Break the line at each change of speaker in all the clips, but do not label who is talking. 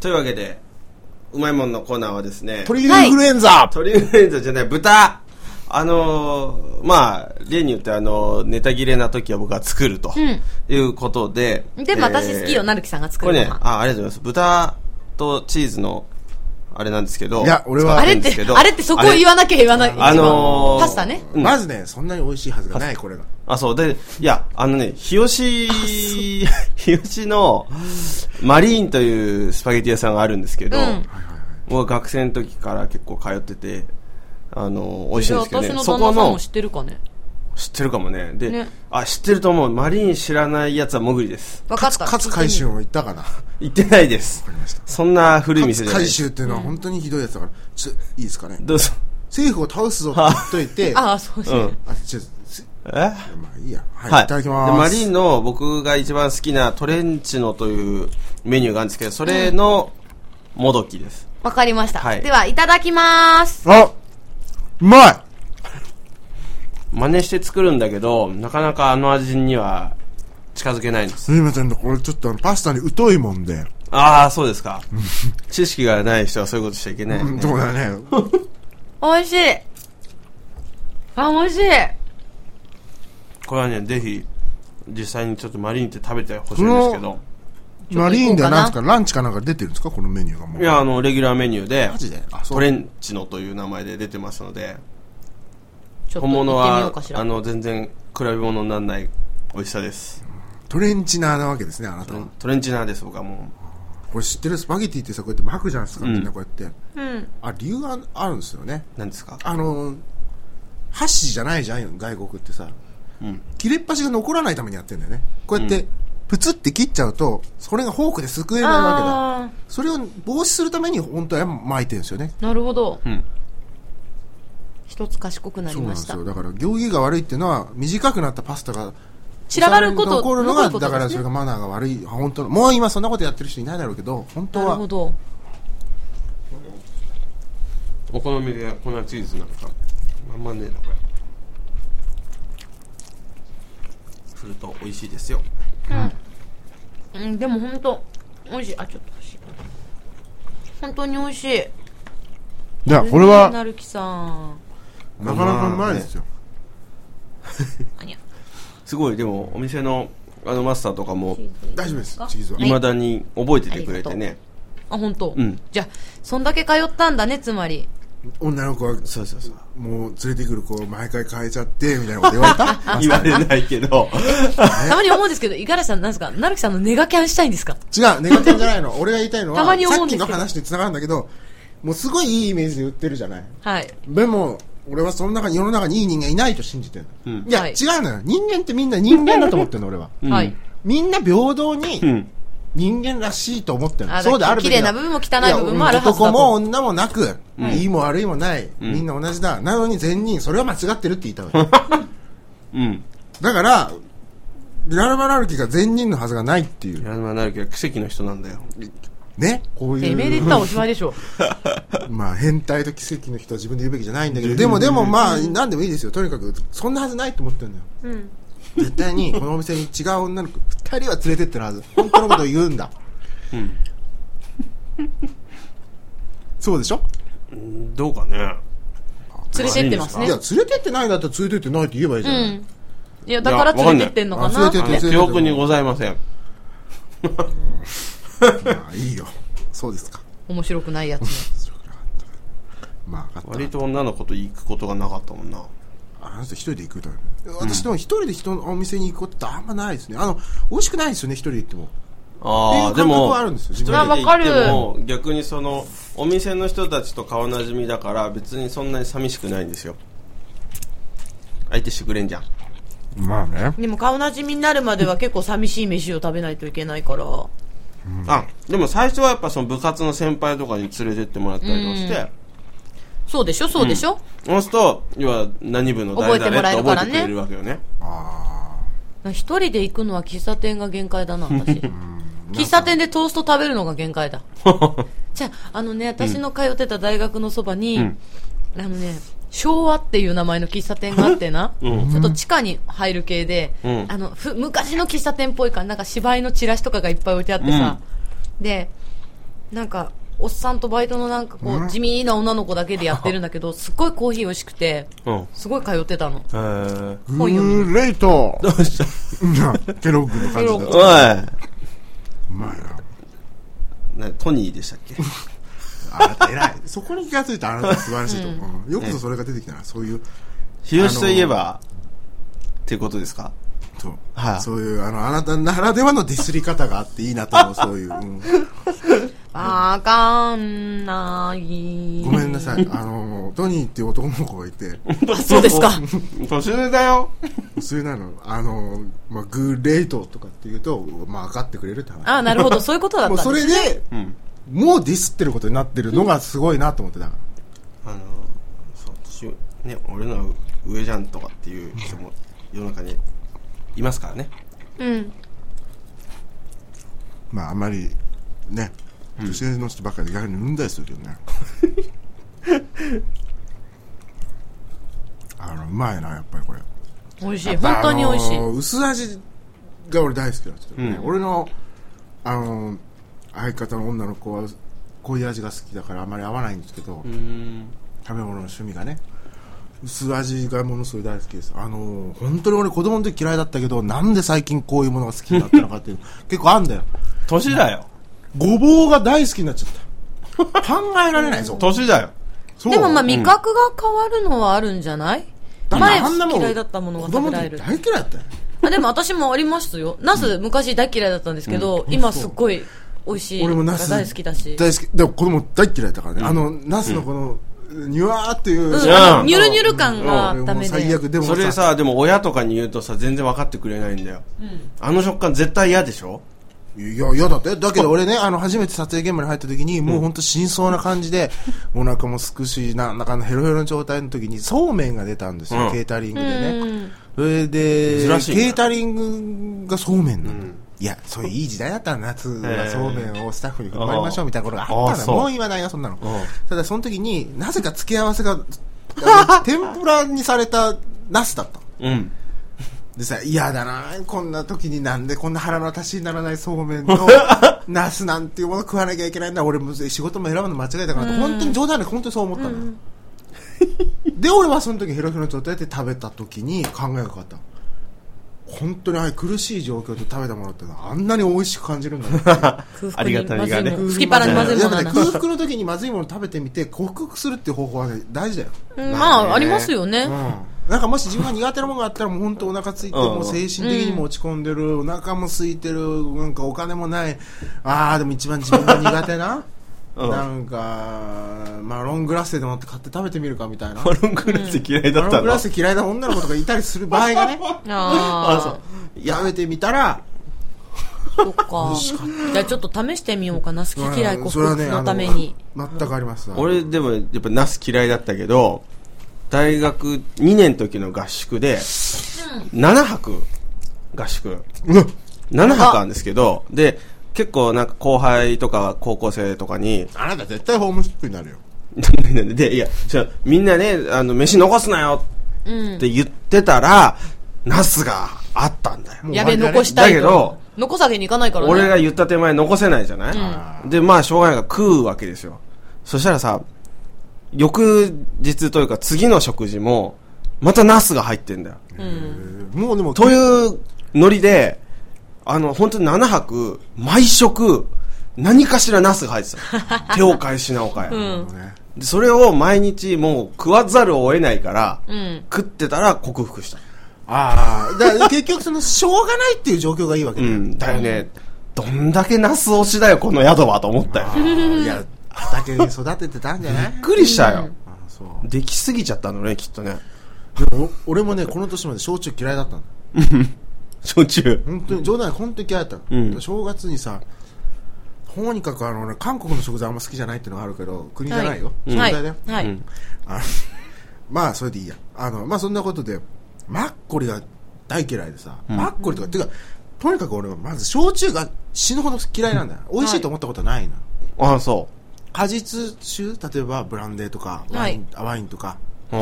というわけで、うまいもんのコーナーはですね、
鳥インフルエンザ、
鳥インフルエンザじゃない、豚あのーまあ、例によってあのーネタ切れな時は僕は作ると、
うん
いうことで。
でも私好きよ、
えー
なるきさんが作
こ
る
れ
の
ね、
は。
あ、ありがとうございます。豚とチーズの、あれなんですけど。
いや俺は
あ
使
れ
ん
っ
ですけ
て、
ど
あれってそこを言わなきゃ言わない。
あのー
パスタね。
うん
まずね、そんなに美味しいはずがない、これが。
あ、そう。で、いや、あのね、日吉、日吉の、マリーンというスパゲティ屋さんがあるんですけど、
うん
もう学生の時から結構通ってて、あの、美味しいんですけどね
私。の
そ
旦
こ
那さん
の
も知、ってるかね。
知ってるかもね。で、
ね
あ、知ってると思う。マリーン知らない奴はもぐりです。
分かった。
勝海舟も言ったかな。わか
行ってないです。
りました。
そんな古い店
勝
じゃない
海
です。
舟っていうのは本当にひどいやつだから、ちょっといいですかね。
どうぞ。
政府を倒すぞって言っといて、
ああ、そうです
う
ね
ん。。
あ、ちょっと、す
え
まあいいや。はい、、
はい
ただきま
でマ
す。
リーンの僕が一番好きなトレンチノというメニューがあるんですけど、それのもどきです。
わかりました。
はい
では、いただきまーす。
あうまい
真似して作るんだけど、なかなかあの味には近づけないんです。
すいません、これちょっとあのパスタに疎いもんで。
ああ、そうです か。知識がない人はそういうことしちゃいけない、
うん
ね。
そう だね。
美味しい。あ、美味しい。
これはね、ぜひ、実際にちょっとマリーンって食べてほしいんですけど。
マリーンではなんですかランチかなんか出てるんですかこのメニューがもう。
いや、あの、レギュラーメニューで
マ、ジであ、そ
ト
う。
レンチノという名前で出てますので、
ちょっと
本物
行ってみよう
は
かし、ら。
あの、全然比べ物にならない美味しさです。
トレンチナーなわけですね、あなたは。
トレンチナーです、僕はも
これ知ってるスパゲティってさ、こうやって巻くじゃないですか、
うん
みんなこうやって。
うん。
あ、理由があるんですよね。
う。何ですか
あの、箸じゃないじゃん、外国ってさ。
うん。
切れっ端が残らないためにやってんだよね。こうやって、プツって切っちゃうと、それがフォークですくえないわけだ。
あ
それを防止するために本当は巻いてるんですよね。
ー、なるほど。
うん。
一つ賢くなり
そうなん
ま
で
し
す
た
よ。。だから、行儀が悪いっていうのは、短くなったパスタが、
散らばること
残るのが、
残ること
だから
です
そ
ね
れがマナーが悪い。本当の、もう今そんなことやってる人いないだろうけど、本当
なる
は
ほ、ど。
お好みで粉チーズなんかあんまねえなこれすると美味しいですよ
うん、でも本当美味しい。あ、ちょっと欲しい。本当に美味しい。
いや、これ
な
は、
るきさん。
なかなかうまいですよ。
あにゃ
すごいでもお店のあのマスターとかも
大丈夫です、チーズは。
いまだに覚えててくれてね
あ、本当。
うん
じゃあ、そんだけ通ったんだね、つまり。
女の子は、
そうそうそう
もう連れてくる子を毎回変えちゃって、みたいなこと言われ た
言われないけど
たまに思うんですけど、五十嵐さん、なんですか、なるきさんのネガキャンしたいんですか
違う、ネガティブじゃないの。俺が言いたいのは、
たまに思
さ
う
っ
ん
き
ですけ
の
ど
話に繋がるんだけど、もうすごいいいイメージで売ってるじゃない。
はい。
でも、俺はその中に、世の中にいい人間いないと信じてるの。
うん
いや、
はい
違うのよ。人間ってみんな人間だと思ってるの、俺は。
うん
はい。
みんな平等
う
に
ん
人間らしいと思ってるの。
あ
そうであるべきだ
綺麗な部分も汚い部分もあるはずだと
いや男も女もなく、
うん
いいも悪いもない、
ん
みんな同じだ。なのに全人、それは間違ってるって言ったわけ。
うん
だから、ラルバラルキが全人のはずがないっていう。
平沼なるきは奇跡の人なんだよ
ね。こういう。
てめえで言ったらおしまいでしょ う。
まあ、変態と奇跡の人は自分で言うべきじゃないんだけど、でもでもまあ、なんでもいいですよ。とにかく、そんなはずないと思ってるんだよ。
うん。
絶対に、このお店に違う女の子、二人は連れてってるはず。本当のことを言うんだ。
うん
そうでしょ
うんどうかね
連れてってます
いや、
ね。
連れてってないんだったら連れてってないって言えばいいうじゃない。
ん。いや、だから
いやわかん
連
ない
れてってんのかな
あ連
って
れてって
記憶にございません
まあ、いいよ。そうですか。
面白くないやつね。
まあ、分かっ
割と女の子と行くことがなかったもんな
た。あの人一人で行くだろ私でも一人で人のお店に行くことってあんまないですね。あの、美味しくないですよね、一人で行っても。
ああ
って
で
いう感覚
も
はあるんですよ
一人
自
で
分で
行っても逆にそのお店の人たちと顔なじみだから別にそんなに寂しくないんですよ相手してくれんじゃん
まあね。
でも顔なじみになるまでは結構寂しい飯を食べないといけないから。
あでも最初はやっぱその部活の先輩とかに連れてってもらったりとかして、
そうでしょそうでしょ、
そうすると要は何部の誰々って覚えてくれるわけよね
あ
な一人で行くのは喫茶店が限界だな、私。 喫茶店でトースト食べるのが限 界だ。じゃあ、あのね、私の通ってた大学のそばに、
うん
あのね、昭和っていう名前の喫茶店があってな、
うん
ちょっと地下に入る系で、
うん
あのふ昔の喫茶店っぽいから、なんか芝居のチラシとかがいっぱい置いてあってさ、で、なんかおっさんとバイトのなんかこう地味な女の子だけでやってるんだけどすっごいコーヒー美味しくて
うん。へ
すごい通ってたの
え。
本読み
うーレイト
どうした
な ケロッグの感じ
ケロッ
お
だう
い
まい な
なトニーでしたっけ
あ偉いそこに気がついたあなた素晴らしいと思 う、うんよくぞそれが出てきたなそういう
日吉といえば、っていうことですか
そう,、
はい
そういうあのあなたならではのディスり方があっていいなと思うそういう、うん
わかんない
ごめんなさいあのトニーっていう男の子がいて
そうで すか
年上だよ。
それなのあの、まあ、グレイトとかっていうと、まあ、分かってくれるって話
ああなるほどそういうことだ
も
っ
う
た
そ
んで
れ
す
で、
うん。
もうディスってることになってるのがすごいなと思ってだから
あの、そう、年上ね、俺のは上じゃんとかっていう人も世の中にいますからね。
うん
まああんまりね女性の人ばっかりで逆にうんだりする よねあのうまいなやっぱりこれ
美味しい本当に美味しい
あのー薄味が俺大好きなんですけどね、
うん
俺のあのー相方の女の子はこういう味が好きだからあまり合わないんですけど、
うん。
食べ物の趣味がね薄味がものすごい大好きですあのー本当に俺子供の時嫌いだったけどなんで最近こういうものが好きになったのかっていう 結構あんだよ
年だよ。
ごぼうが大好きになっちゃった考えられないぞ
年だよ。
そう
でもまあ味覚が変わるのはあるんじゃない、
だから
前
あんなもん
嫌いだったものが
子
食
供
べ
の
られ
時
る
大嫌いだったよ
あでも私もありますよナス昔大嫌いだったんですけど、今すっごい美味しい
俺もナ
が
ス
大好きだし
大好きでも子供大嫌いだからね、あのナスのこの、にわーっていう、
うん、
ゃ
あ
あ
のニュルニュル感が
うん
ダメ
もう最
で
悪でも
それさ、でも親とかに言うとさ、全然分かってくれないんだよ。あの食感絶対嫌でしょ
いや、嫌だって。だけど俺ね、あの、初めて撮影現場に入った時に、もうほんと真相な感じで、お腹もすくし、な、なんかあのヘロヘロの状態の時に、そうめんが出たんですよ、
うん
ケータリングで
う
ね
ん。
それで、
珍しいね
ケータリングがそうめんなの。いや、そういういい時代だったら夏はそうめんをスタッフに振る舞いましょうみたいなことが
あ
あった
ー
んだ。
そう
もう言わないよ、そんなの
ん。
ただその時に、なぜか付け合わせ が、あの天ぷらにされたナスだったの。
うん。
でさ、嫌だな、こんな時になんでこんな腹の足しにならないそうめん と、ナスなんていうもの食わなきゃいけないんだ。俺も仕事も選ぶの間違いだからって、本当に冗談で本当にそう思ったのよ。で、俺はその時ヘロヘロの状態で食べた時に考えが変わった。本当にああいう苦しい状況で食べたものってのはあんなに美味しく感じるんだなっ て。
空
あ
腹
り
に
がた
ま
み
ず
が
い
ね
もの隙腹にまずいものだ
いやだ
な、
って空腹の時にまずいもの食べてみて克服するっていう方法はね、大事だよ。
うんまあありますよね、
うんなんかもし自分が苦手なものがあったらもう本当お腹空いて
うん
もう精神的にも落ち込んでるお腹も空いてるなんかお金もないああでも一番自分が苦手な
うん
なんかマロングラッセでもって買って食べてみるかみたいな
マ
マ
ロングラッセ嫌いだっ
ロ
た
ン
の
グラッセ嫌いな女の子とかいたりする場 合がね
あ
食べてみたら
あそっかじゃあちょっと試してみようかな好き嫌い
うん
克
それは
服
ね
のために、
あの全くあります
俺でもやっぱナス嫌いだったけど大学2年の時の合宿で7泊合宿
うわ
7泊あるんですけどで結構なんか後輩とか高校生とかに
あなた絶対ホームシックになるよ
でいやじゃあみんなねあの飯残すなよ
うん
って言ってたらナスがあったんだよ
もう
やべ残したいと
だけど
残さげに行かないから ね
俺が言った手前残せないじゃない、でまあしょうがないから食うわけですよそしたらさ翌日というか次の食事もまたナスが入ってんだよ
うん、
もうでも
というノリであの本当に7泊毎食何かしらナスが入って た手を返しなおかえ、
うん
ね
でそれを毎日もう食わざるを得ないから、
うん
食ってたら克服した
ああだから結局そのしょうがないっていう状況がいいわけ
う
だよ
んだよねどんだけナス推しだよこの宿はと思ったよびっ
いや、畑で育ててたんじゃない
くりしたよ、
あそう。
できすぎちゃったのねきっとね
でも、お俺もね、この年まで焼酎嫌いだったの。
焼酎
本当に、冗談で本当に嫌いだったの。
うん
正月にさ、とにかくあの、ね、韓国の食材あんま好きじゃないっていうのがあるけど、国じゃないよ。食
は
材だ
い、はい
よ。
はい
うん
あの まあ、それでいいや。あの、まあそんなことで、マッコリが大嫌いでさ、マッコリとか、てか、とにかく俺はまず焼酎が死ぬほど嫌いなんだよ。美味しいと思ったことはないの。
ああそ
果実酒例えばブランデーとか
は
ワ
い
イン,、ワインとか、
うん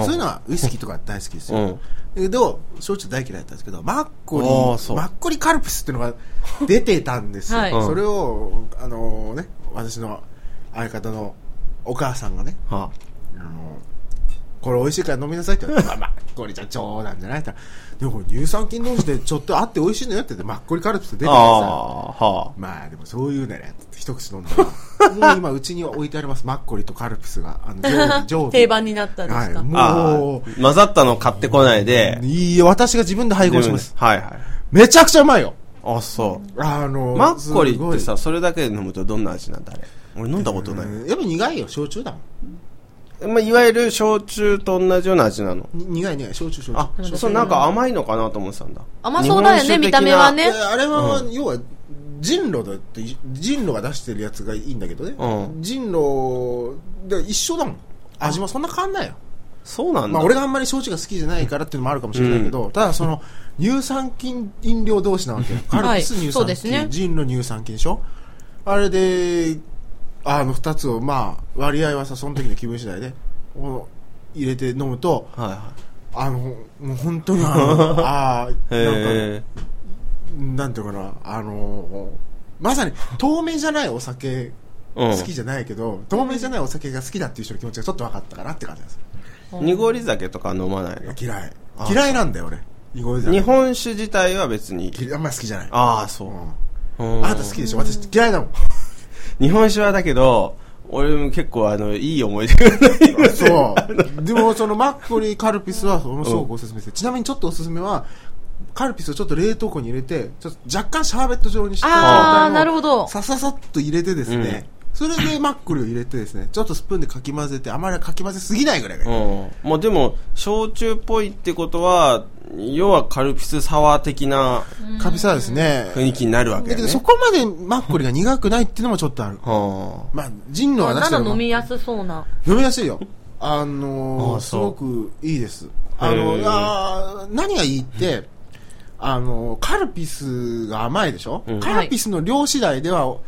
そういうのはウイスキーとか大好きですよ、
うん
だけど焼酎大嫌いだったんですけどマッコリ
あーそう
マッコリカルピスっていうのが出てたんですよ、
はい
それをあのね私の相方のお母さんがね、
は
あのこれ美味しいから飲みなさいって言 われて、まあまあ、これじゃ冗談じゃないって言ったら、でもこれ乳酸菌同士でちょっとあって美味しいのよって言って、マッコリカルピス
あ。
出てきて
あ
さ、
あ、は
まあでもそういうなら、一口飲んだ ら、もう今うちには置いてあります、マッコリとカルピスが、あの 常備、常備。
定番になったんですか、
あ。ああ
はい、も。
混ざったの買ってこないで
う、、いいよ、私が自分で配合します。
はいはい。
めちゃくちゃうまいよ
あ、そう。
あの、
マッコリって
す
さ、それだけで飲むとどんな味なんだあれ。俺飲んだこと
ごい、
な
うんやっぱ苦いよ、焼酎だもん。
い。まあ、いわゆる焼酎と同じような味なの。
に苦いね、焼酎、焼酎。
あ、そう、なんか甘いのかなと思ってたんだ。
甘そうだよね
日本酒的な
見た目はね
えーあれは、要は人路だって人路が出してるやつがいいんだけどね、
う
人路で一緒だもん味もそんな変わんないよ
そうなんだ。
まあ、俺があんまり焼酎が好きじゃないからっていうのもあるかもしれないけど、ただその乳酸菌飲料同士なわけよカルピス乳
そう
酸
です
菌、
ね
人の乳酸菌でしょあれであの2つをまあ割合はさその時の気分次第でお入れて飲むと
はいは
あのもう本当にあのあ
い。
ーなんか
へえ。
なんていうかな、あのーまさに透明じゃないお酒
うん
好きじゃないけど、透明じゃないお酒が好きだっていう人の気持ちがちょっと分かったかなって感じなんです
濁り酒とか飲まないの
嫌い
あ。
嫌いなんだよ、俺。日本
日本酒自体は別に。
あんまり好きじゃない。あ,、
ああ、そうう。
ん、
うん
あなた好きでしょ私嫌いだもん。
日本酒はだけど、俺も結構あの、いい思い出がない。
そう。でも、そのマッコリ、カルピスは、ものすごくおすすめです、ちなみにちょっとおすすめは、カルピスをちょっと冷凍庫に入れて、ちょっと若干シャーベット状にして、
あーなるほど
さささっと入れてですね、それでマッコリを入れてですね、ちょっとスプーンでかき混ぜて、あまりかき混ぜすぎないぐらいがいい。
うん。まあでも、焼酎っぽいってことは、要はカルピスサワー的な
カルピスはですね、
雰囲気になるわけ
だ
よ
け
ね。
どそこまでマッコリが苦くないっていうのもちょっとある。
は
まあ、ジンのは出
な
して
ら
る
飲
飲み
みやすそうな
やすいよ。あのー
あ
す
そ
ご
う
くいいです。あ
へ
の、
ー
いやー何がいいって、あのーカルピスが甘いでしょ、
うん
カルピスの量次第では、お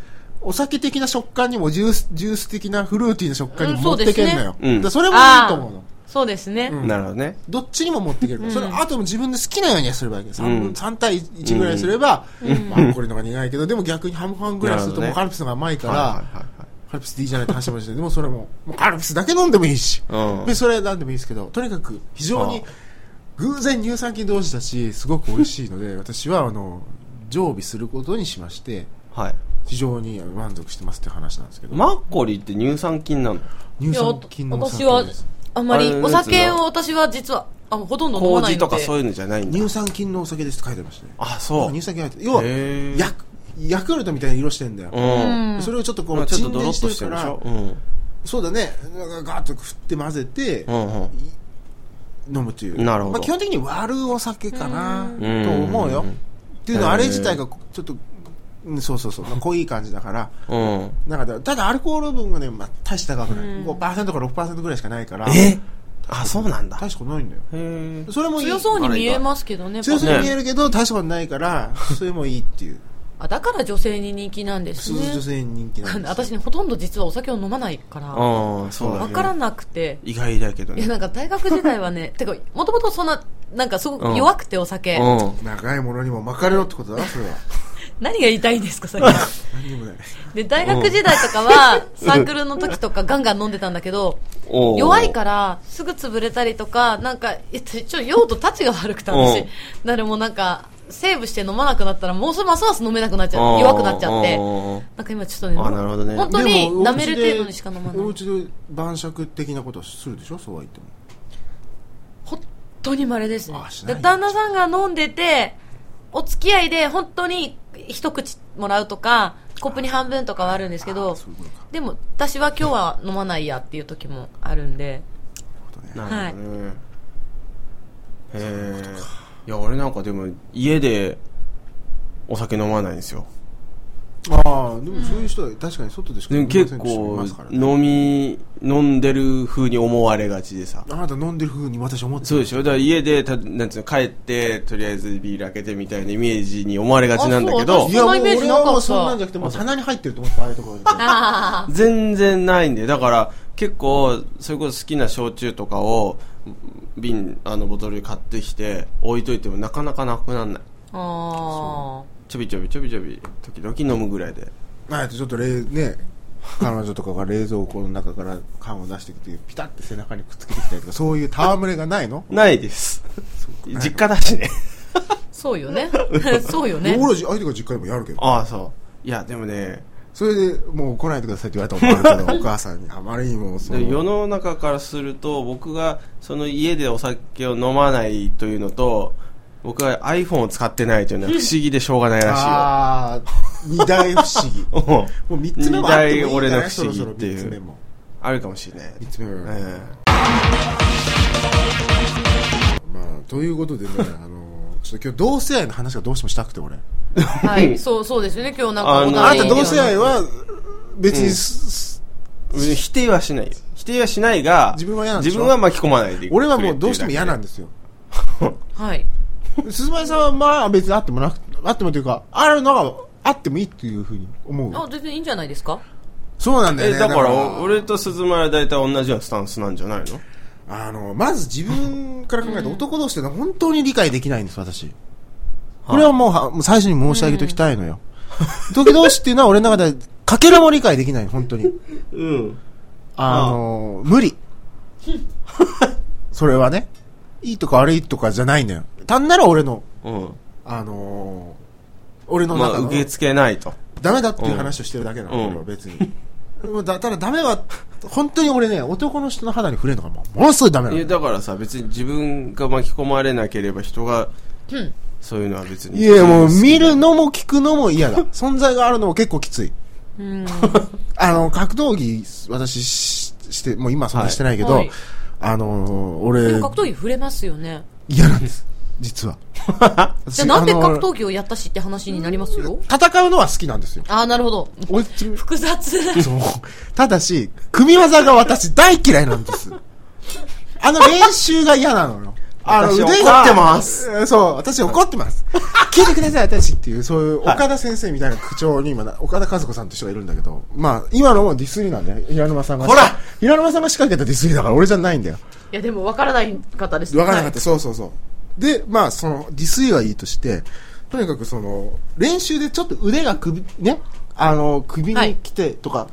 お酒的な食感にもジュース、ジュース的なフルーティーな食感に
うん
も持ってけんのよ。
そうですねうん
だからそれもいいと思うの。
そうですね、
あ。なるほどね。
どっちにも持っていけるから、それあとも自分で好きなようにはすればいいけど、
うん
3, 三対1ぐらいすれば、まあこれのが苦いけど、でも逆に半々ぐらいする
なるほ
ともう
どね
カルピスのが甘いか
は
ら、カルピスでいいじゃないって話もして、でもそれも、もうカルピスだけ飲んでもいいし、
いはいはい。う
で
ん。
それなんでもいいですけど、とにかく非常に
は
偶然乳酸菌同士だし、すごく美味しいので、 私はあの、常備することにしまして、
はい。
非常に満足してますって話なんですけど、
マッコリって乳酸菌なの
乳
いや
酸菌のお
私
酒
は
です。
あんま
あ
り
れ
お酒を私は実はあほとんど飲まな
麹
いんで
とかそういうのじゃないんだ。
乳酸菌のお酒ですって書いてましたね。
あ、そう。
乳酸菌入ってる要は
へー
ヤクヤクルトみたいな色してんだよ、
うん。
それをちょっとこ
ま
う
あちょっ
沈
とドロ
殿
ッと
し
してて
る
るで
か
し
ら
ょうん。
そうだねガーッと振って混ぜて
うんうん。
飲むという、
なるほど
まあ、基本的に割るお酒かなと
ん
思うよ
うん
っていうのはあれ自体がちょっとうんそうそうそう、まあ、濃い感じだから
うん。
なんかだただアルコール分がね、まあ、大して高くない、5%か6%ぐらいしかないから
えあ、そうなんだ。
大したことないんだよ
へー
それもいい
強そうに見えますけどね
強そう
ね
に見えるけど大したことないからそれもいいっていう
あだから女性に人気なんですね
女性に人気なんですよ
私ねほとんど実はお酒を飲まないから
ああ、そうだね。
分からなくて
意外だけど
いや
ね。
なんか大学時代はねてかもともとそんななんかすごく弱くてお酒、
うん。
長いものにも巻かれろってことだな、それは。
何が言いたいんですかさっき
何にもない。
で大学時代とかはサークルの時とかガンガン飲んでたんだけど
おー
弱いからすぐ潰れたりとかなんかえちょ用途たちが悪くて私
うん
なるもうなんかセーブして飲まなくなったらもうそますます飲めなくなっちゃ
う
うん弱くなっちゃって
うん
なんか今ちょっとね
あなるほどね
本当に舐める程度にしか飲まない
お家で晩酌的なことはするでしょそうは言っても。
本当に稀ですね
あしない
で旦那さんが飲んでてお付き合いで本当に一口もらうとかコップに半分とかはあるんですけど
そういうことか。
でも私は今日は飲まないやっていう時もあるんで
なるほどね。へえ。いや、俺なんかでも、家で、お酒飲まないんですよ。
ああ、でもそういう人は確かに外でしか
でも
飲みま
結
せんって人い
構
ますから、ね
飲み、飲んでる風に思われがちでさ。
あなた飲んでる風に私思って
そうでしょだから家で、たなんつうの、帰って、とりあえずビール開けてみたいなイメージに思われがちなんだけ
あそう
ど
私
い、や、もう
そんなイメージ
俺
なかった
はもうそんなんじゃなくて、もう棚に入ってると思って、ああいうところで。
あ
全然ないんで、だから結構、それこそ好きな焼酎とかを、瓶、あの、ボトル買ってきて、置いといてもなかなかなくなんない。
ああ
ちょびちょびちょびちょび、時々飲むぐらいで。
あえてちょっと例、ね、彼女とかが冷蔵庫の中から缶を出してきて、ピタって背中にくっつけてきたりとか、そういう戯れがないの
ないです。実家だしね。
そうよね。 そうよ ね。
俺、相手が実家でもやるけ ど。
ああ、そう。いや、でもね、
それで、もう来ないでくださいって言われたことあるけど、お母さんにあまりにも、そ
で世
の、
の中からすると、僕がその家でお酒を飲まないというのと、僕が iPhone を使ってないというのは不思議でしょうがない ら
あー二大不思議。
しいよ。うん
もう三つ目もあってもいいん
二大俺
じゃ
の
ない
不
そ
思
ろ
議
そろ
っていう
三つ目も。
あるかもしれない。
三つ目も。
ええ
まあ、ということ でね、あの、ちょっと今日同性愛の話がどうしてもしたくて、俺。
はい。そう、そうですよね。今日なんか
あの
お
あ
あ
題
なた同性愛
を
は、別にす、
否定はしないよ。否定はしないが、
自分は嫌なんでしょ
自分は巻き込まないで
俺はもうどうしても嫌なん
で。
ですよ。
はい。
鈴前さんはまあ別にあってもなく、あってもというか、あるのがあってもいいっていうふうに思
あ、
う。
全然いいんじゃないですか
そうなんだよ
え、
ね。
だから、俺と鈴丸は大体同じようなスタンスなんじゃないの
あの、まず自分から考えて男同士ってのは本当に理解できないんです、私。これはもうはもう最初に申し上げておきたいのよ。男同士っていうのは俺の中では、かけらも理解できない、本当に。
うん。
あの、無理。 それはね、いいとか悪いとかじゃないのよ。単なる俺の、
うん。
あの俺の
ま
中
あ、
の、
受け付けないと。
ダメだっていう話をしてるだけなの、
うん
俺は別に。でもだただダメは、本当に俺ね、男の人の肌に触れるのがもうものすごいダメないの
や、だからさ、別に自分が巻き込まれなければ人が、そういうのは別に。
いや、もう見るのも聞くのも嫌だ。存在があるのも結構きつい。
うん。
あの、格闘技、私しして、もう今はそんなしてないけど、
はい
あの、
で
俺
も、格闘技触れますよね。
嫌なんです。実は。
じゃあなんで
私
格
あの
闘技をやったしって話になりますよ
戦うのは好きなんですよ。
ああ、なるほど。
俺つ
複雑。
そう。ただし、組み技が私大嫌いなんです。あの練習が嫌なのよ。あの
私
腕
怒
が
ってます。
えーそう、私怒ってます。聞いてください、私っていう、そういう岡田先生みたいな口調に今な、岡田和子さんって人がいるんだけど、まあ、今のもディスりなんだよ。平沼さんが。
ほら
平沼さんが仕掛けたディスりだから俺じゃないんだよ。
いや、でも分からない方です
わからなかった、
はい
そうそうそう。で、まあ、その、ディスイはいいとして、とにかくその、練習でちょっと腕が首、ね、あの、首に来てとか、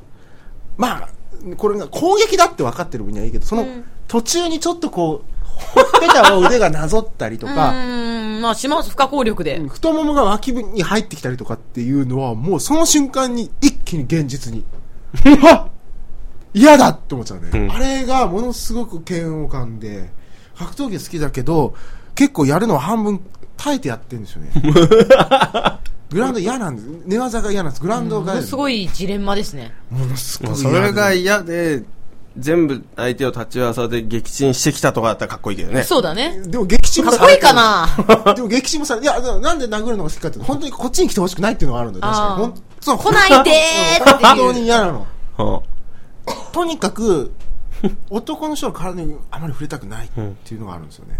まあ、これが攻撃だって分かってる分にはいいけど、その、途中にちょっとこう、ほっぺたを腕がなぞったりと
う
か、
ーん、まあ、します。不可抗力で。
太ももが脇に入ってきたりとかっていうのは、もうその瞬間に一気に現実 に、はっ嫌だって思っちゃうね、
うん
あれがものすごく嫌悪感で、格闘技好きだけど、結構やるのは半分耐えてやってるんです よね。グラウンド嫌なんです。寝技が嫌なんです。グラウンド
も
が
のすごいジレンマですね。
ものす
も
ご
う
い
そ
嫌で
れが嫌で、全部相手を立ち技で撃沈してきたとかだったらかっこいいけどね。
そうだね。
でも激沈
か
も
っ
さ
こ
れ
いい
てる
かな
でも激沈もされいや、なんで殴るのが好きかっていうと、本当にこっちに来てほしくないっていうのがあるんだよ。確かに
あー
ほん。そう
来ないでーっていう
本当に嫌なの。
は
とにかく男の人の体にあまり触れたくないっていうのがあるんですよね、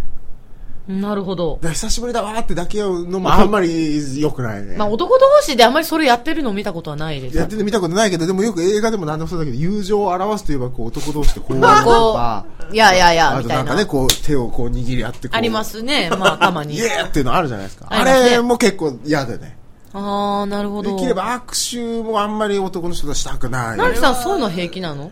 なるほど
だ。から久しぶりだわーってだけをのもあんまり良くないね、
まあ、男同士であんまりそれやってるのを見たことはないです。
やってて見たことないけどでもよく映画でも何でもそうだけど友情を表すといえばこう男同士でこうやると
こ
か
う、いやいやいや、
あ
み
と
た
ないんか
な。
ねこう手をこう握り合ってこう
ありますね、まあ、たまに
イ。エーっていうのあるじゃないですか
あり
あ
ますね
れも結構嫌でね
ああ、なるほ
で
ど。
きれば握手もあんまり男の人としたくない
なるきさん、そういうの平気なの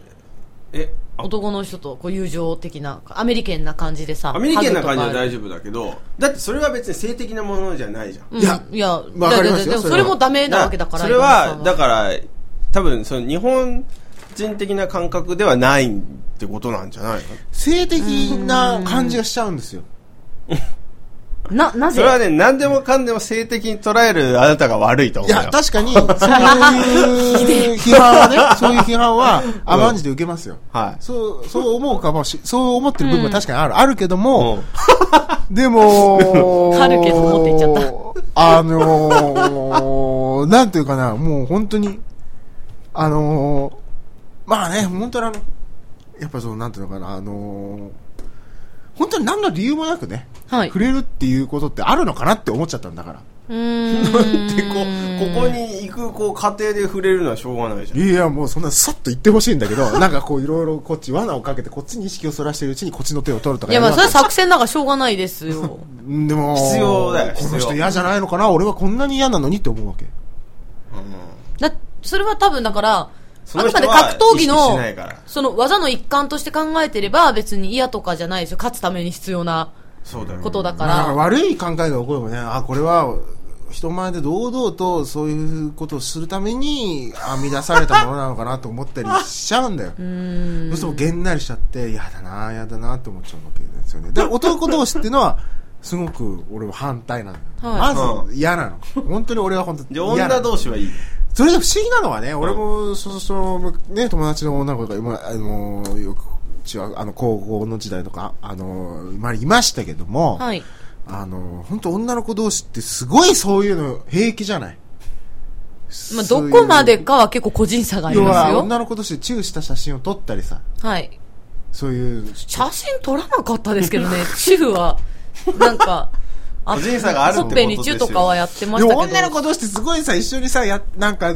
え、あ
男の人とこう友情的な、アメリケンな感じでさ。
アメリケンな感じは大
丈
丈夫だけど、だってそれは別に性的なものじゃないじゃん。
夫
いや
いや、
わかりますよ
だだだ
それ
でも
は
それもダメなわけだから。
それ
今
は
のさ
だから多分その日本人的な感覚ではないってことなんじゃないの
性的な感じがしちゃうんですよ
な、な
そ
ぜ
れはね何でもかんでも性的に捉えるあなたが悪いと思
いう
よ
や、確 かに、そういう批判はね、そういう批判は甘んじて受けますよ。
はい
そう、そう思うかもし、そう思ってる部分は確かにある。あるけど
う
も
ん、
でも、
あるけどもって言っちゃ
った。 あのー、なんていうかな、もう本当に、あのー、まあね、本当にあの、やっぱその、なんていうのかな、あのー、本当に何の理由もなくね、
はい。
触れるっていうことってあるのかなって思っちゃったんだから。
うーん。
でこうここに行くこう過程で触れるのはしょうがないじゃん
いや、もうそんなさっと言ってほしいんだけ ど、なんかこういろいろこっち罠をかけてこっちに意識をそらしてるうちにこっちの手を取るとか
いや、まあ、
る
そ
わ
れ
け
は作戦だからしょうがないですよ。
うんでも、
必要だよ
こ
必
の
要
人嫌じゃないのかな俺はこんなに嫌なのにって思うわけ。
だそれは多分だから、
その人
あく
は
まで格闘技
意識しないか
の
ら、
その技の一環として考えてれば別に嫌とかじゃないですよ。勝つために必要な
そうだよ
ことだか。
なんから悪い考えが起こるもんね。あ、これは、人前で堂々とそういうことをするために編み出されたものなのかなと思ったりしちゃうんだよ。そうするとげんなりしちゃって、やだな、やだなって思っちゃうわけですよね。で、男同士っていう のは、すごく俺は反対なのよ。
はい
まず嫌なの。本当に俺は本当
で
に嫌な
女
の。
同士はいい
それで不思議なのはね、俺も、そうそう、ね、友達の女の子とか、今、あの、よく、違う、あの、高校の時代とか、あの、まあ、いましたけども、
はい。
あの、本当女の子同士ってすごいそういうの平気じゃない。
まあ、
そうい
ど
う
こまでかは結構個人差があり
要
ます
は
よ。
女の子同士でチューした写真を撮ったりさ、
はい。
そういう、
写真撮らなかったですけ どね、主婦は。なんか、あ
個人差があるって
ほ
こと
っぺにチューとかはやってましたけど。
でも女の子同士ってすごいさ、一緒にさ、や、なんか、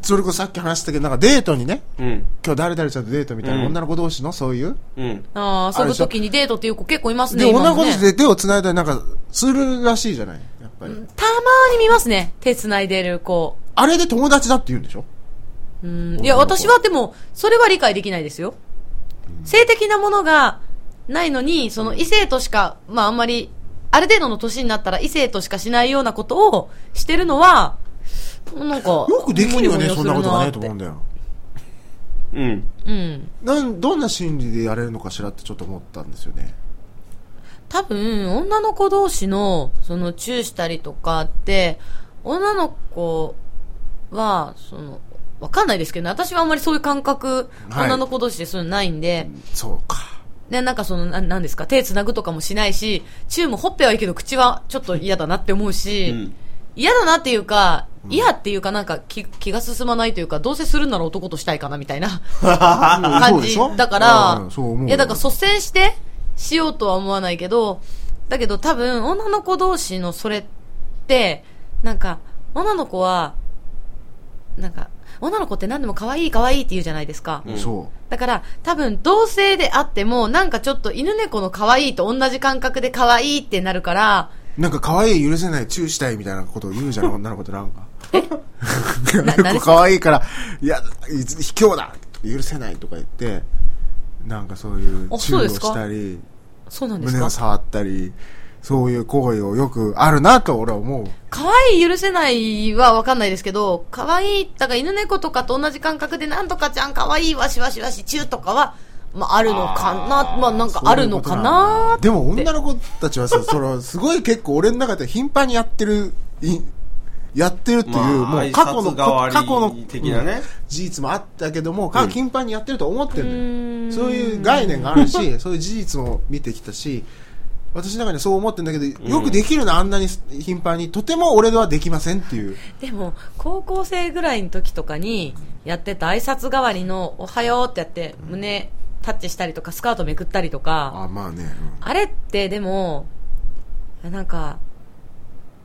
それこそさっき話したけど、なんかデートにね、
うん
今日誰々ちゃんとデートみたいな、
うん
女の子同士のそういう、
うん
あ
あ
あ、
れ
遊ぶ
でしょ
時にデートっていう子結構いますね、
で、
今
女の
も
子
ね
同士で手を繋いだりなんか、するらしいじゃないやっぱり。
たまーに見ますね、手繋いでる子。
あれで友達だって言うんでしょ
うんいや、私はでも、それは理解できないですよ。性的なものがないのに、その異性としか、まああんまり、ある程度の年になったら異性としかしないようなことをしてるのは、なんか、よ
よくできるよね、そんなことがね、と思うん
だ
だよ。
うん
うん。
なん、どんな心理でやれるのかしらってちょっと思ったんですよね。
多分、女の子同士の、その、チューしたりとかって、女の子は、その、わかんないですけどね、私はあんまりそういう感覚、
はい
女の子同士でそういうのないんで、
そうか。
で、なんかその、ななんですか、手繋ぐとかもしないし、チューもほっぺはいいけど、口はちょっと嫌だなって思うし、
うん
嫌だなっていうか、嫌っていうかなんか気気が進まないというか、どうせするんなら男としたいかなみたいな
そ
感
うで
じ
しょ
だから、
うんそう思う。
いやだから率先してしようとは思わないけど、だけど多分女の子同士のそれって、なんか、女の子は、なんか、女の子って何でも可愛い可愛いって言うじゃないですか。
うん
そ
だから、多分、同性であっても、なんかちょっと犬猫の可愛いと同じ感覚で可愛いってなるから、
う。なんか可愛い許せない、チューしたいみたいなことを言うじゃん、女の子ってなんか。
な
なんか可愛いから、いや、いつ卑怯だ許せないとか言って、なんかそういう
あ
チュ
そう
ー
で
を
すか
したり、
そうなんです
胸
か
を。触ったり、そういう行為をよくあるなと俺は思う。
可愛い許せないはわかんないですけど、可愛い、だから犬猫とかと同じ感覚で、なんとかちゃん可愛いわしわしわし、チューとかは、まあ、あるのかな、まあ、なんかあるのかな
そういうことなんだでも女の子たちはさ、その、すごい結構俺の中で頻繁にやってる、いやってるっていう、
まあ
もう過去の、
挨拶代わり
過去の、
的なね
うん事実もあったけども、
うん
頻繁にやってると思ってるんだ
うーん
よ。そういう概念があるし、そういう事実も見てきたし、私の中にはそう思ってんだけど、よくできるな、あんなに頻繁に。とても俺はできませんっていう。
でも、高校生ぐらいの時とかに、やってた挨拶代わりの、おはようってやって、胸タッチしたりとか、スカートめくったりとか、
あ、まあね。
あれってでも、なんか、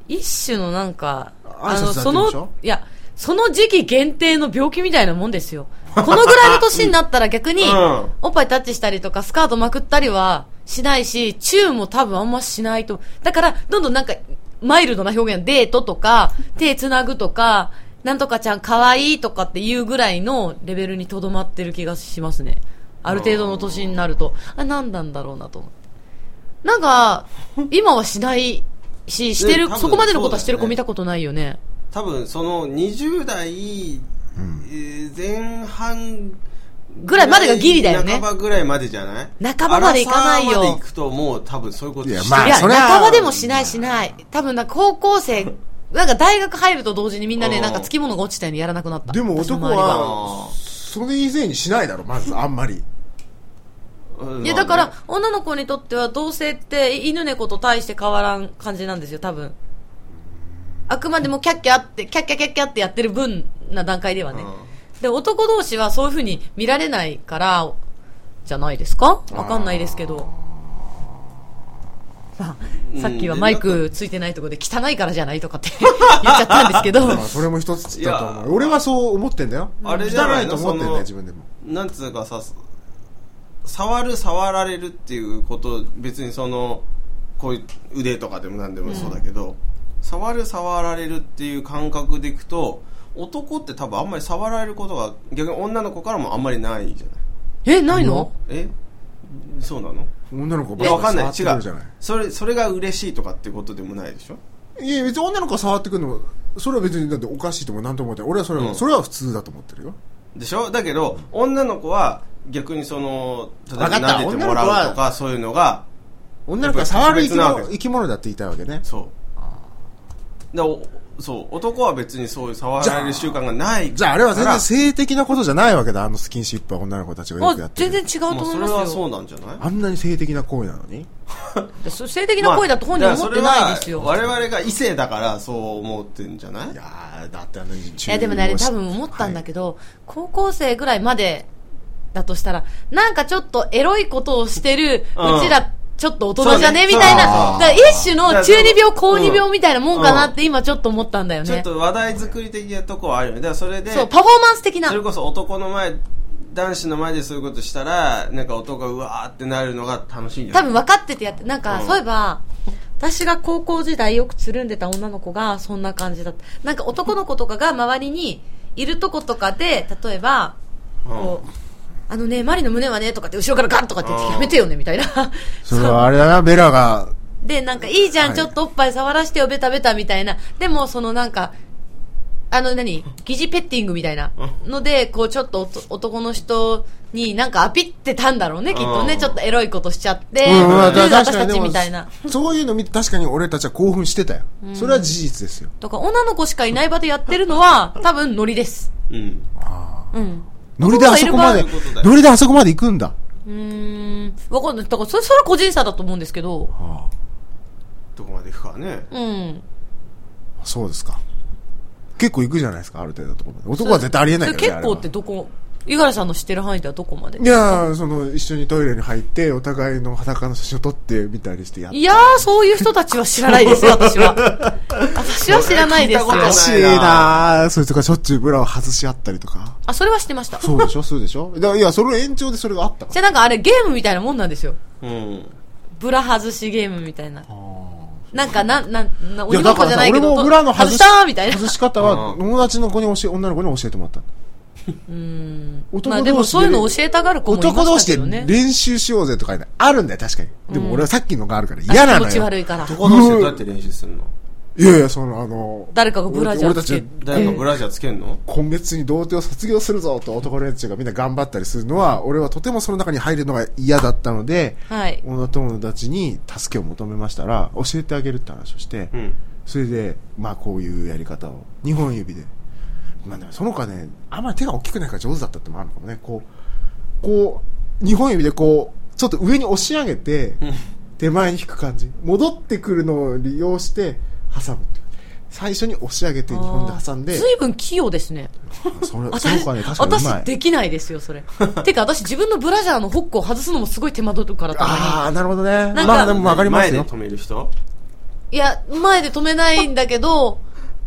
一種のなんか、
挨拶
の、
だけでしょ
その、いや、その時期限定の病気みたいなもんですよ。このぐらいの年になった ら逆に、
うん
おっぱいタッチしたりとか、スカートまくったりはしないし、チューも多分あんましないと。だから、どんどんなんか、マイルドな表現、デートとか、手つなぐとか、なんとかちゃん可愛いとかっていうぐらいのレベルにとどまってる気がしますね。ある程度の年になると。あ、なんなんだろうなと思って。なんか、今はしないし、して
う
る、
ん多分
そこまでのことはしてる
そ
子
うだよね
見たことないよね。
多分その20代、えー前半
ぐらいまでがギリだよね
半ばぐらいまでじゃない
半ばまでいかないよ
アラサーまで行くともう多分そういうこと
いや
して
まあ
いや、
そりゃ
半ばでもしないしない。多分なんか高校生、なんか大学入ると同時にみんな
う
ね、
ん
なんかつきものが落ちたようにやらなくなった。
でも
私の
男
周り
は、それ以前にしないだろ、まず、あんまり。
うん
いや、だか
ま
ら、女の子にとっては同性って犬猫と大して変わらん感じなんですよ、多分。あくまでもキャッキャって、キャッキャキャッキャってやってる分な段階では
あね
ね。で、男同士はそういう風に見られないから、じゃないですかわかんないですけど。まあ、さっきはマイクついてないとこで汚いからじゃないとかって 言っちゃったんですけど。
まあ、それも一つだと思。
いうや
俺はそう思ってんだよ。
あれじゃない
汚
の
と思ってん
そ
だよ、
の
自分でも。
なんつうかさ触る触られるっていうこと別にそのこういう腕とかでも何でもそうだけど、触る触られるっていう感覚でいくと男って多分あんまり触られることが逆に女の子からもあんまりないじゃない
え、ないの
えそうなの
女の子
い
ば
や
っ
わ
か
かん
り
ない
触って
違
くる
う
じゃない
それそれが嬉しいとかってことでもないでしょ
いや別に女の子が触ってくるのもそれは別にだっておかしいとも何とも思ってない俺はそれは、
うん
それは普通だと思ってるよ
でしょだけど女の子は逆にその例えば
わかった
撫でてもらう
女の
と
子
かそういうのが
女の子が触る生
やっぱり特別
き
なわけ
物生き物だって言いたいわけね
そうだおそう男は別にそういう触られる習慣がない
じゃああれは全
から
然性的なことじゃないわけだあのスキンシップは女の子たちがよくや
あ
っ、て
全
る
然違うと
まあ
思い
そ
ま
れ
す
は
よ。
そうなんじゃない
あんなに性的な行為なのに
でそ性的な声だと本人は思ってないですよ。
まあだからそれは我々が異性だからそう思ってんじゃない
いやーだってあの
いやでもね、あれ多分思ったんだけど、高校生ぐらいまでだとしたら、なんかちょっとエロいことをしてる、
うん
うちら、ちょっと大人じゃ
そうね
ねみたいな、
そう
だから一種の中二病、高二
う
病
ん
みたいなもんかなって今ちょっと思ったんだよ
ちょっ
ね。
と話題作り的なとこはあるよねだからそれで
そう、パフォーマンス的な。
それこそ男の前男子の前でそういうことしたらなんか男がうわーってなるのが楽しいんじゃない
多分分かっててやって、なんか、
うん
そういえば、私が高校時代よくつるんでた女の子がそんな感じだった。なんか男の子とかが周りにいるとことかで、例えば、こう、あのね、マリの胸はね、とかって後ろからガンとかって言って、
うん
やめてよね、みたいな。
それはあれだなベラが
で、なんか、いいじゃん、
はい
ちょっとおっぱい触らしてよ、ベタベタみたいな。でも、そのなんか、あの何、疑似ペッティングみたいな。ので、こう、ちょっとおと男の人になんかアピってたんだろうね、きっと
う
ね。
ん
ちょっとエロいことしちゃって、
うんまあ
で
だ
私
確か
た
に
ち
でも
みたいな。
そういうの見て確かに俺たちは興奮してたよ、それは事実ですよ
とか、女の子しかいない場でやってるのは、多分ノリです。
うん
うん。
ノリであそこまで
男がいる場合
ノリであそこまで行くんだ
うーん。わかんない。だから、それ、それは個人差だと思うんですけど。
あ
どこまでいくかはね
うん。
あそうですか結構行くじゃないですかある程度のところまで男は絶対ありえないけど、ね、
それ結構ってどこ、五十嵐さんの知ってる範囲ではどこまで
いやーその一緒にトイレに入ってお互いの裸の写真を撮ってみたりしてやっ
いやー、そういう人たちは知らないで すよ、私は。私は知らないです
聞いた
よ
こ。
お
と
かしいなーそれとかしょっちゅうブラを外し合ったりとか
あ、それは知ってました。
そうでしょそうでしょだからいやその延長でそれがあったから
じゃあなんかあれゲームみたいなもんなんですよ。
うん
ブラ外しゲームみたいな。なんか、なん、なん、な鬼
だ
ごっ
か
こ
ら
じゃ
さ
ないけ
俺
ど、
もブラの外し
外したーみたいな。
外し方は友達の子に教え女の子に教えてもらった
ま
男
あ
同士で
でもそういうの教えたがる子もいま
男同
し
士
たけ
で
どね。
練習しようぜとかねあるんだよ確かにでも俺はさっきのがあるから
あ
嫌なの
気
よ
持ち悪いから。
男同士でどうやって練習するの
いやいやそのあの
誰かがブラジャー
俺たち
つけ
誰かブラジャーつけんの
今月に童貞を卒業するぞと男の連中がみんな頑張ったりするのは俺はとてもその中に入るのが嫌だったので
はい。
女友達に助けを求めましたら教えてあげるって話をして、
うん
それでまあこういうやり方を2本指でまあでもその子はねあんまり手が大きくないから上手だったってのもあるのかもねこうこう2本指でこうちょっと上に押し上げて手前に引く感じ戻ってくるのを利用して挟むっていう最初に押し上げて2本で挟んで
ずいぶん器用ですね。
それその
私、
子はね確かにうま
私
い
できないです よ、それ。てか私自分のブラジャーのホックを外すのもすごい手間取るからとか
ああなるほどね
か
まあでも分かります
前
よ
で止める人
に。いや、前で止めないんだけど、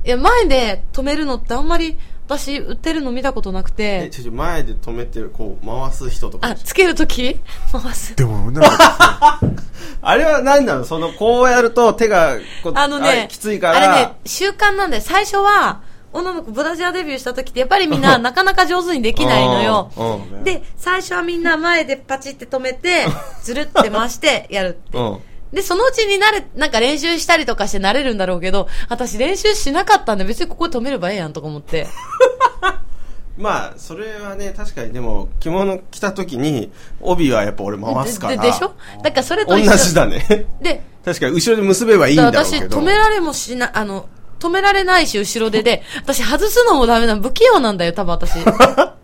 いや、前で止めるのってあんまり私売ってるの見たことなく
え
て、
ちょちょ前で止めてこう回す人とか
あ、つけるとき 回す。
でも女の子
あれは何なのそのこうやると手がこう
あのね、
きついから
あれね、習慣なんだよ。最初は、女の子ブラジャーデビューした時って、やっぱり みんななかなか上手にできないのよ。
うんうん
で、最初はみんな前でパチって止め て、ずるって回してやる。
うん
で、そのうちになれ、なんか練習したりとかして慣れるんだろうけど、私練習しなかったんで別にここで止めればええやんとか思って。
まあそれはね確かにでも着物着た時に帯はやっぱ俺回すから
でででしょだからそれと
同
一緒。
じだね
で、
確かに後ろで結べばいいんだろう
私
けど
止められもしな、あの、止められないし、後ろでで、私外すのもダメなの、不器用なんだよ、多 分私。あ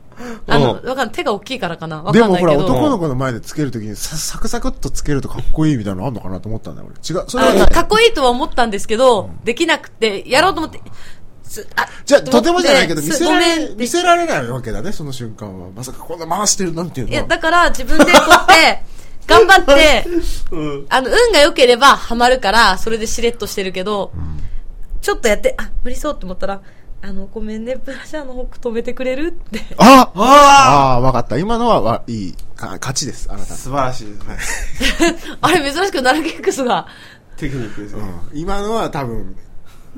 の、わかんない。手が大きいからかな。わ
で
かん
も
ない
ほ
け
ら、
ど。
男の子の前でつけるときにさサクサクっとつけるとかっこいいみたいなのあんのかなと思ったんだよ、俺。違う。それは
あ
な
の
い。
かっこいいとは思ったんですけど、できなくて、やろうと思って、すあ
じゃあ、とてもじゃないけど、見
す
せら
ごめん
れ、
って
見せられないわけだね、その瞬間は。まさかこんな回してるなんていう
い
の
や、
は。
だから自分で取って、頑張って、あの、運が良ければハマるから、それでしれっとしてるけど、ちょっとやって、あ、無理そうって思ったら、あの、ごめんね、ブラジャーのホック止めてくれるって。
あ
あ
ああ、わかった。今のは、わいい。か勝ちです、あなた
あ
の。
素晴らしいですね
あれ、珍しくナルキックスが。
テクニックですね
うん今のは多分、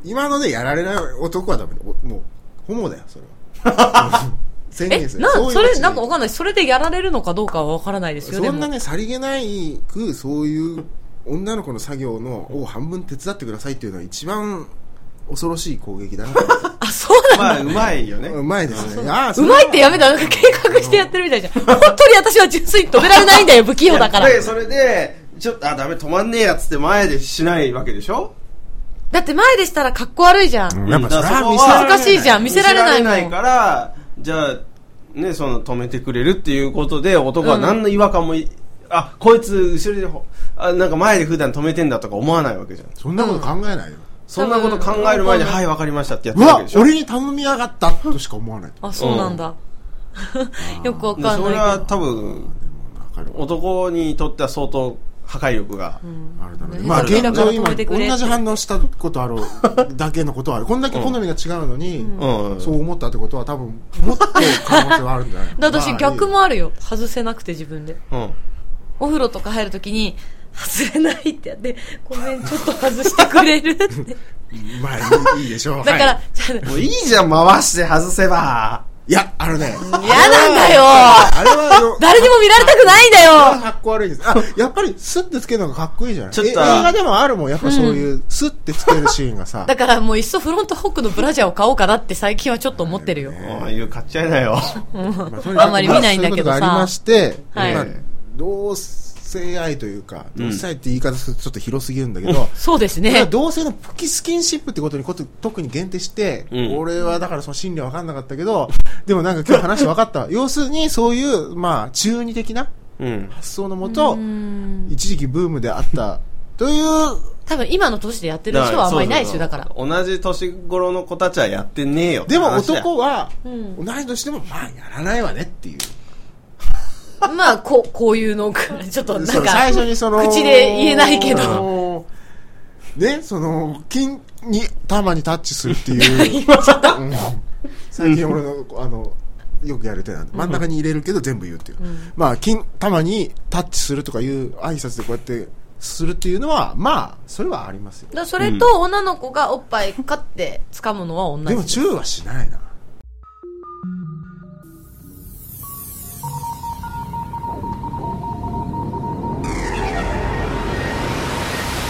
今のでやられない男はダメだ。おもう、ホモだよそれ は宣
え
言す、る
なん、
そういう
そ
街
れ、
で
なんかわかんない。それでやられるのかどうかはわからないですよ、で
そんな
も。
ねさりげないくそういう女の子の作業のを半分手伝ってくださいっていうのは一番恐ろしい攻撃 だなと思って
あ、そうな
ま
んだ。
あ、うまいよね。
うまいですね。ああ、
うまいってやめたなんか計画してやってるみたいじゃん。本当に私は純粋に止められないんだよ、不器用だから。
で、それで、ちょっと、あ、ダメ、止まんねえやつって前でしないわけでしょ
だって前でしたら格好悪いじゃん。
やっぱそれ
だから
は
こ
見
は
せられ
恥ずかしいじゃん見せられな
見
いもん
せられないから、じゃあ、ね、その、止めてくれるっていうことで、男は何の違和感もい、あ、こいつ、後ろでほ、あ、なんか前で普段止めてんだとか思わないわけじゃん。
そんなこと考えないよ。
そんなこと考える前に、はい、わかりましたってやっ
う
てるわけ
わ
でしょ。
俺に頼みやがったとしか思わない。
あ、そうなんだ。 よくわ
で
かん
それ
ない
は
けど。
多分、
わかる
男にとっては相当破壊力が。
あれだね。
ね
まあ、
だから
現状
止
今、
めてくれって
同じ反応したことあるだけのことはある。こんだけ好みが違うのに、
んうん
そう思ったってことは多分、もっと可能性はあるんじゃない
だ私
ま
逆
あ
もあるよ。外せなくて自分で。
うん。
お風呂とか入るときに、外れないってやって、ごめん、ちょっと外してく れるって。
いいまあ、いいいいでしょう。
だから、
はい
じゃ
もういいじゃん、回して外せば。
いや、あのね、
あ、嫌なんだよ
あれはよ、
誰にも見られたくないんだ
あ
よ
かっこ悪いです。あ、やっぱりスッてつけるのがかっこいいじゃない
ちょっと
え映画でもあるもん、やっぱそういうスッてつけるシーンがさ。
だからもういっそフロントホックのブラジャーを買おうかなって最近はちょっと思ってるよ。
ああいう買っちゃいなよ。
あんまり見ないんだけど
そういうことがありま
さ。
して、
はい
まあ同性愛というか、同性愛って言い方するとちょっと広すぎるんだけど、
そうです
だから
ね。
同性のプキスキンシップってことにこと特に限定して、
うん
俺はだからその心理は分かんなかったけど、でもなんか今日話分か った。要するにそういう、まあ、中二的な
うん。
発想のもと
う、ん
一時期ブームであった、という
多分今の年でやってる人はあんまりないでしょ、だから。
同じ年頃の子たちはやってねえよ。
でも男は、
うん
同い年でも、まあ、やらないわねっていう。
まあ、こう、こういうのが、ちょっとな
そ
ん
う
か、
最初にその、
口で言えないけど。
ど。ね、その、金に、玉にタッチするって いう。うん最近俺の、あの、よくやる手なんで、真ん中に入れるけど全部言うっていう。まあ、金、玉にタッチするとかいう挨拶でこうやって、するっていうのは、まあ、それはありますよ。
だそれと女の子がおっぱいかって掴むのは同
で
じ。
も、チューはしないな。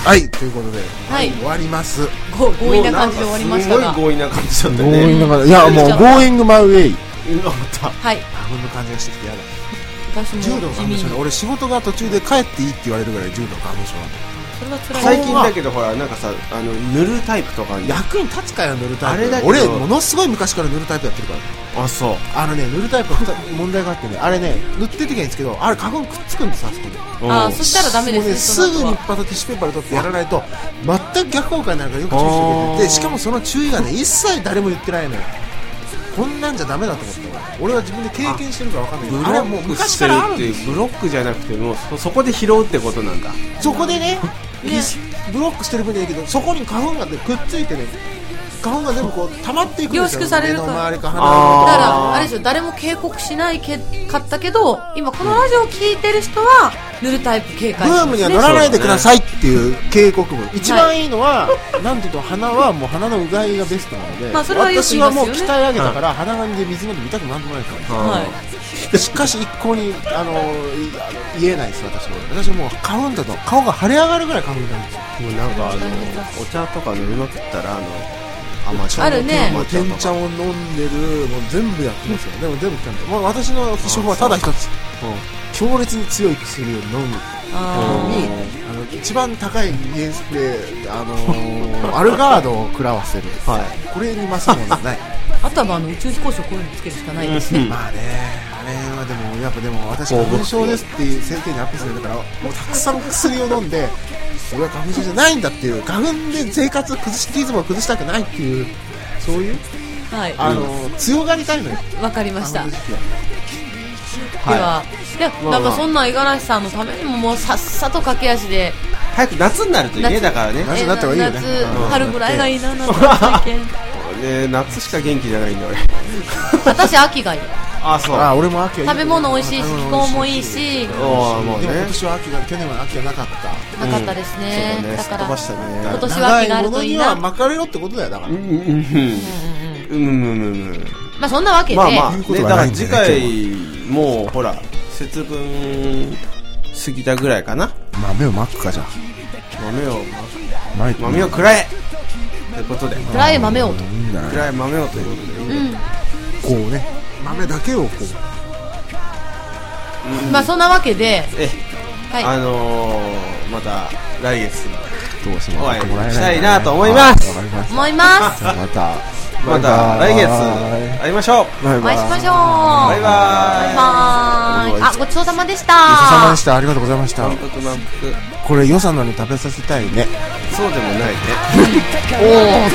はい、ということで、
はい
終わります。
ご強引な感じで終わりました
もうなん
が。
かすごい強引な感じだった
強
よね。
引な感じ。いや、もう、going my way。
うんわかった。
はい。
あ、こんな感じがしてきてやだ。
私も地
柔道が無
味
償
に
で。。俺、仕事が途中で帰っていいって言われるぐらい柔道が無償
それは辛い。
最近だけどほら、なんかさ、あの、塗るタイプとかに。
役に立つかよ、塗るタイプ。
あれだけど
俺、ものすごい昔から塗るタイプやってるから。
あ、そう。
あのね、塗るタイプは二問題があってね、あれね、塗ってる時はいいんですけど、あれ、花粉くっつくんです、あそこに。
う
ああ、
ん
そしたらダメですね、そ
もうね、すぐ
の
に
後
一
は。
発ティッシュペーパーで取ってやらないと、全く逆効果になるからよく注意してくれてて、しかもその注意がね、一切誰も言ってないのよ。こんなんじゃダメだと思って俺は自分で経験してるから分かんないけ
ブ
ど、
ロ
あれはもう
ック
昔
して
か
る
らある
っ
ん
て
で
いう、ブロックじゃなくて、もうそそこで拾うってことなんだ。
そこでね、ブロックしてる分にはいいけど、そこに花粉がねくっついてね、花粉が全部こう溜まっていくんですよ。
凝縮される
目
から
の周りか
だ
あ
鼻
ー
の
か。ら、あれですよ、誰も警告しないけかったけど、今このラジオを聞いてる人は、塗るタイプ警
ブ
戒
ームには乗らないでくださいっていう警告文、一
は
番いいのは、なんていうと鼻はもう鼻のうがいがベストなので、
まあそれはよく
私
言い
は
ますよ
もう
ね
鍛え上げたから、鼻がんで水飲んで見たくなんともないから、
はい。
しかし一向にあのい言えないです私は私はもう花粉だと顔が腫れ上がるぐらい花粉なんですよ
い。もうなんかあの、お茶とか飲みまくったら、あの、
甘茶
あるね
もう天茶を飲んでるもう全部やってますよでも全部ちゃんと、もう私の処方はただ一つ強烈に強い薬を飲む
あ
にあの一番高いニエンスで、あのーアルガードを食らわせる、
はい
これに勝るものはない
ーあとはまあ、あの宇宙飛行士をこういうのつけるしかないですね。
まあねあれはでもやっぱでも私花粉症ですっていう先生にアップするんだからもうたくさん薬を飲んで俺は花粉症じゃないんだっていう花粉で生活を崩しリズムを崩したくないっていうそういう、
はい。
あのー強がりたいのよ
わかりました。
花粉の
で
時期は
は、いや、なんかそんな五十嵐さんのためにももうさっさと駆け足で、
早く夏になるといいね、
夏
だからね。
夏になった方がいいよね
夏
うん
春ぐらいがいいな、夏体験。
ね夏しか元気じゃないんだ俺。
私、秋がいい。
あ、そう。
ああ俺も秋はいいよ
食べ物美味しいし、気候もいいし、
ああ、もう
でも今
ね。
年は秋が去年は秋がなかった
なかったですね。だ
すっ
か
飛
ら
ば、したね。
今年は秋があるといいな
長ものには巻かれろってことだよだから
うんうんうんうんうんうんうん
まあそんなわけで、
まあまあ、
言うこ
ね、
と
だ
が
から
ないんだ
次
ね
回、もうほら、節分過ぎたぐらいかな。
豆をまくかじゃ
豆を、
あまいて
豆をくらえということで、
暗い豆をと。
いいんだ
く
ね
らえ豆をということで、
こうね豆だけをこ
まあそんなわけで、
え、
はい。
あのー、また来月、
うどうして
お会い
もらえない
したいなと思います
わかりまし
思います。
たまた
また来月会いましょう
バイ
お会いしま
バイ
しょう。
バイバーイ
バイバーイ。あ、ごちそうさまでした。
ごちそうさまでしたありがとうございました
満腹満腹
これ予算のに食べさせたいね
そうでもないね
おー。
「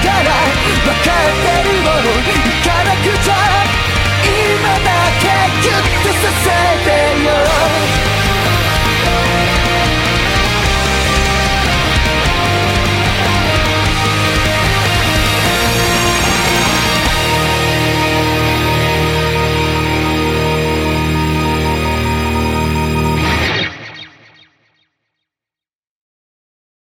別れ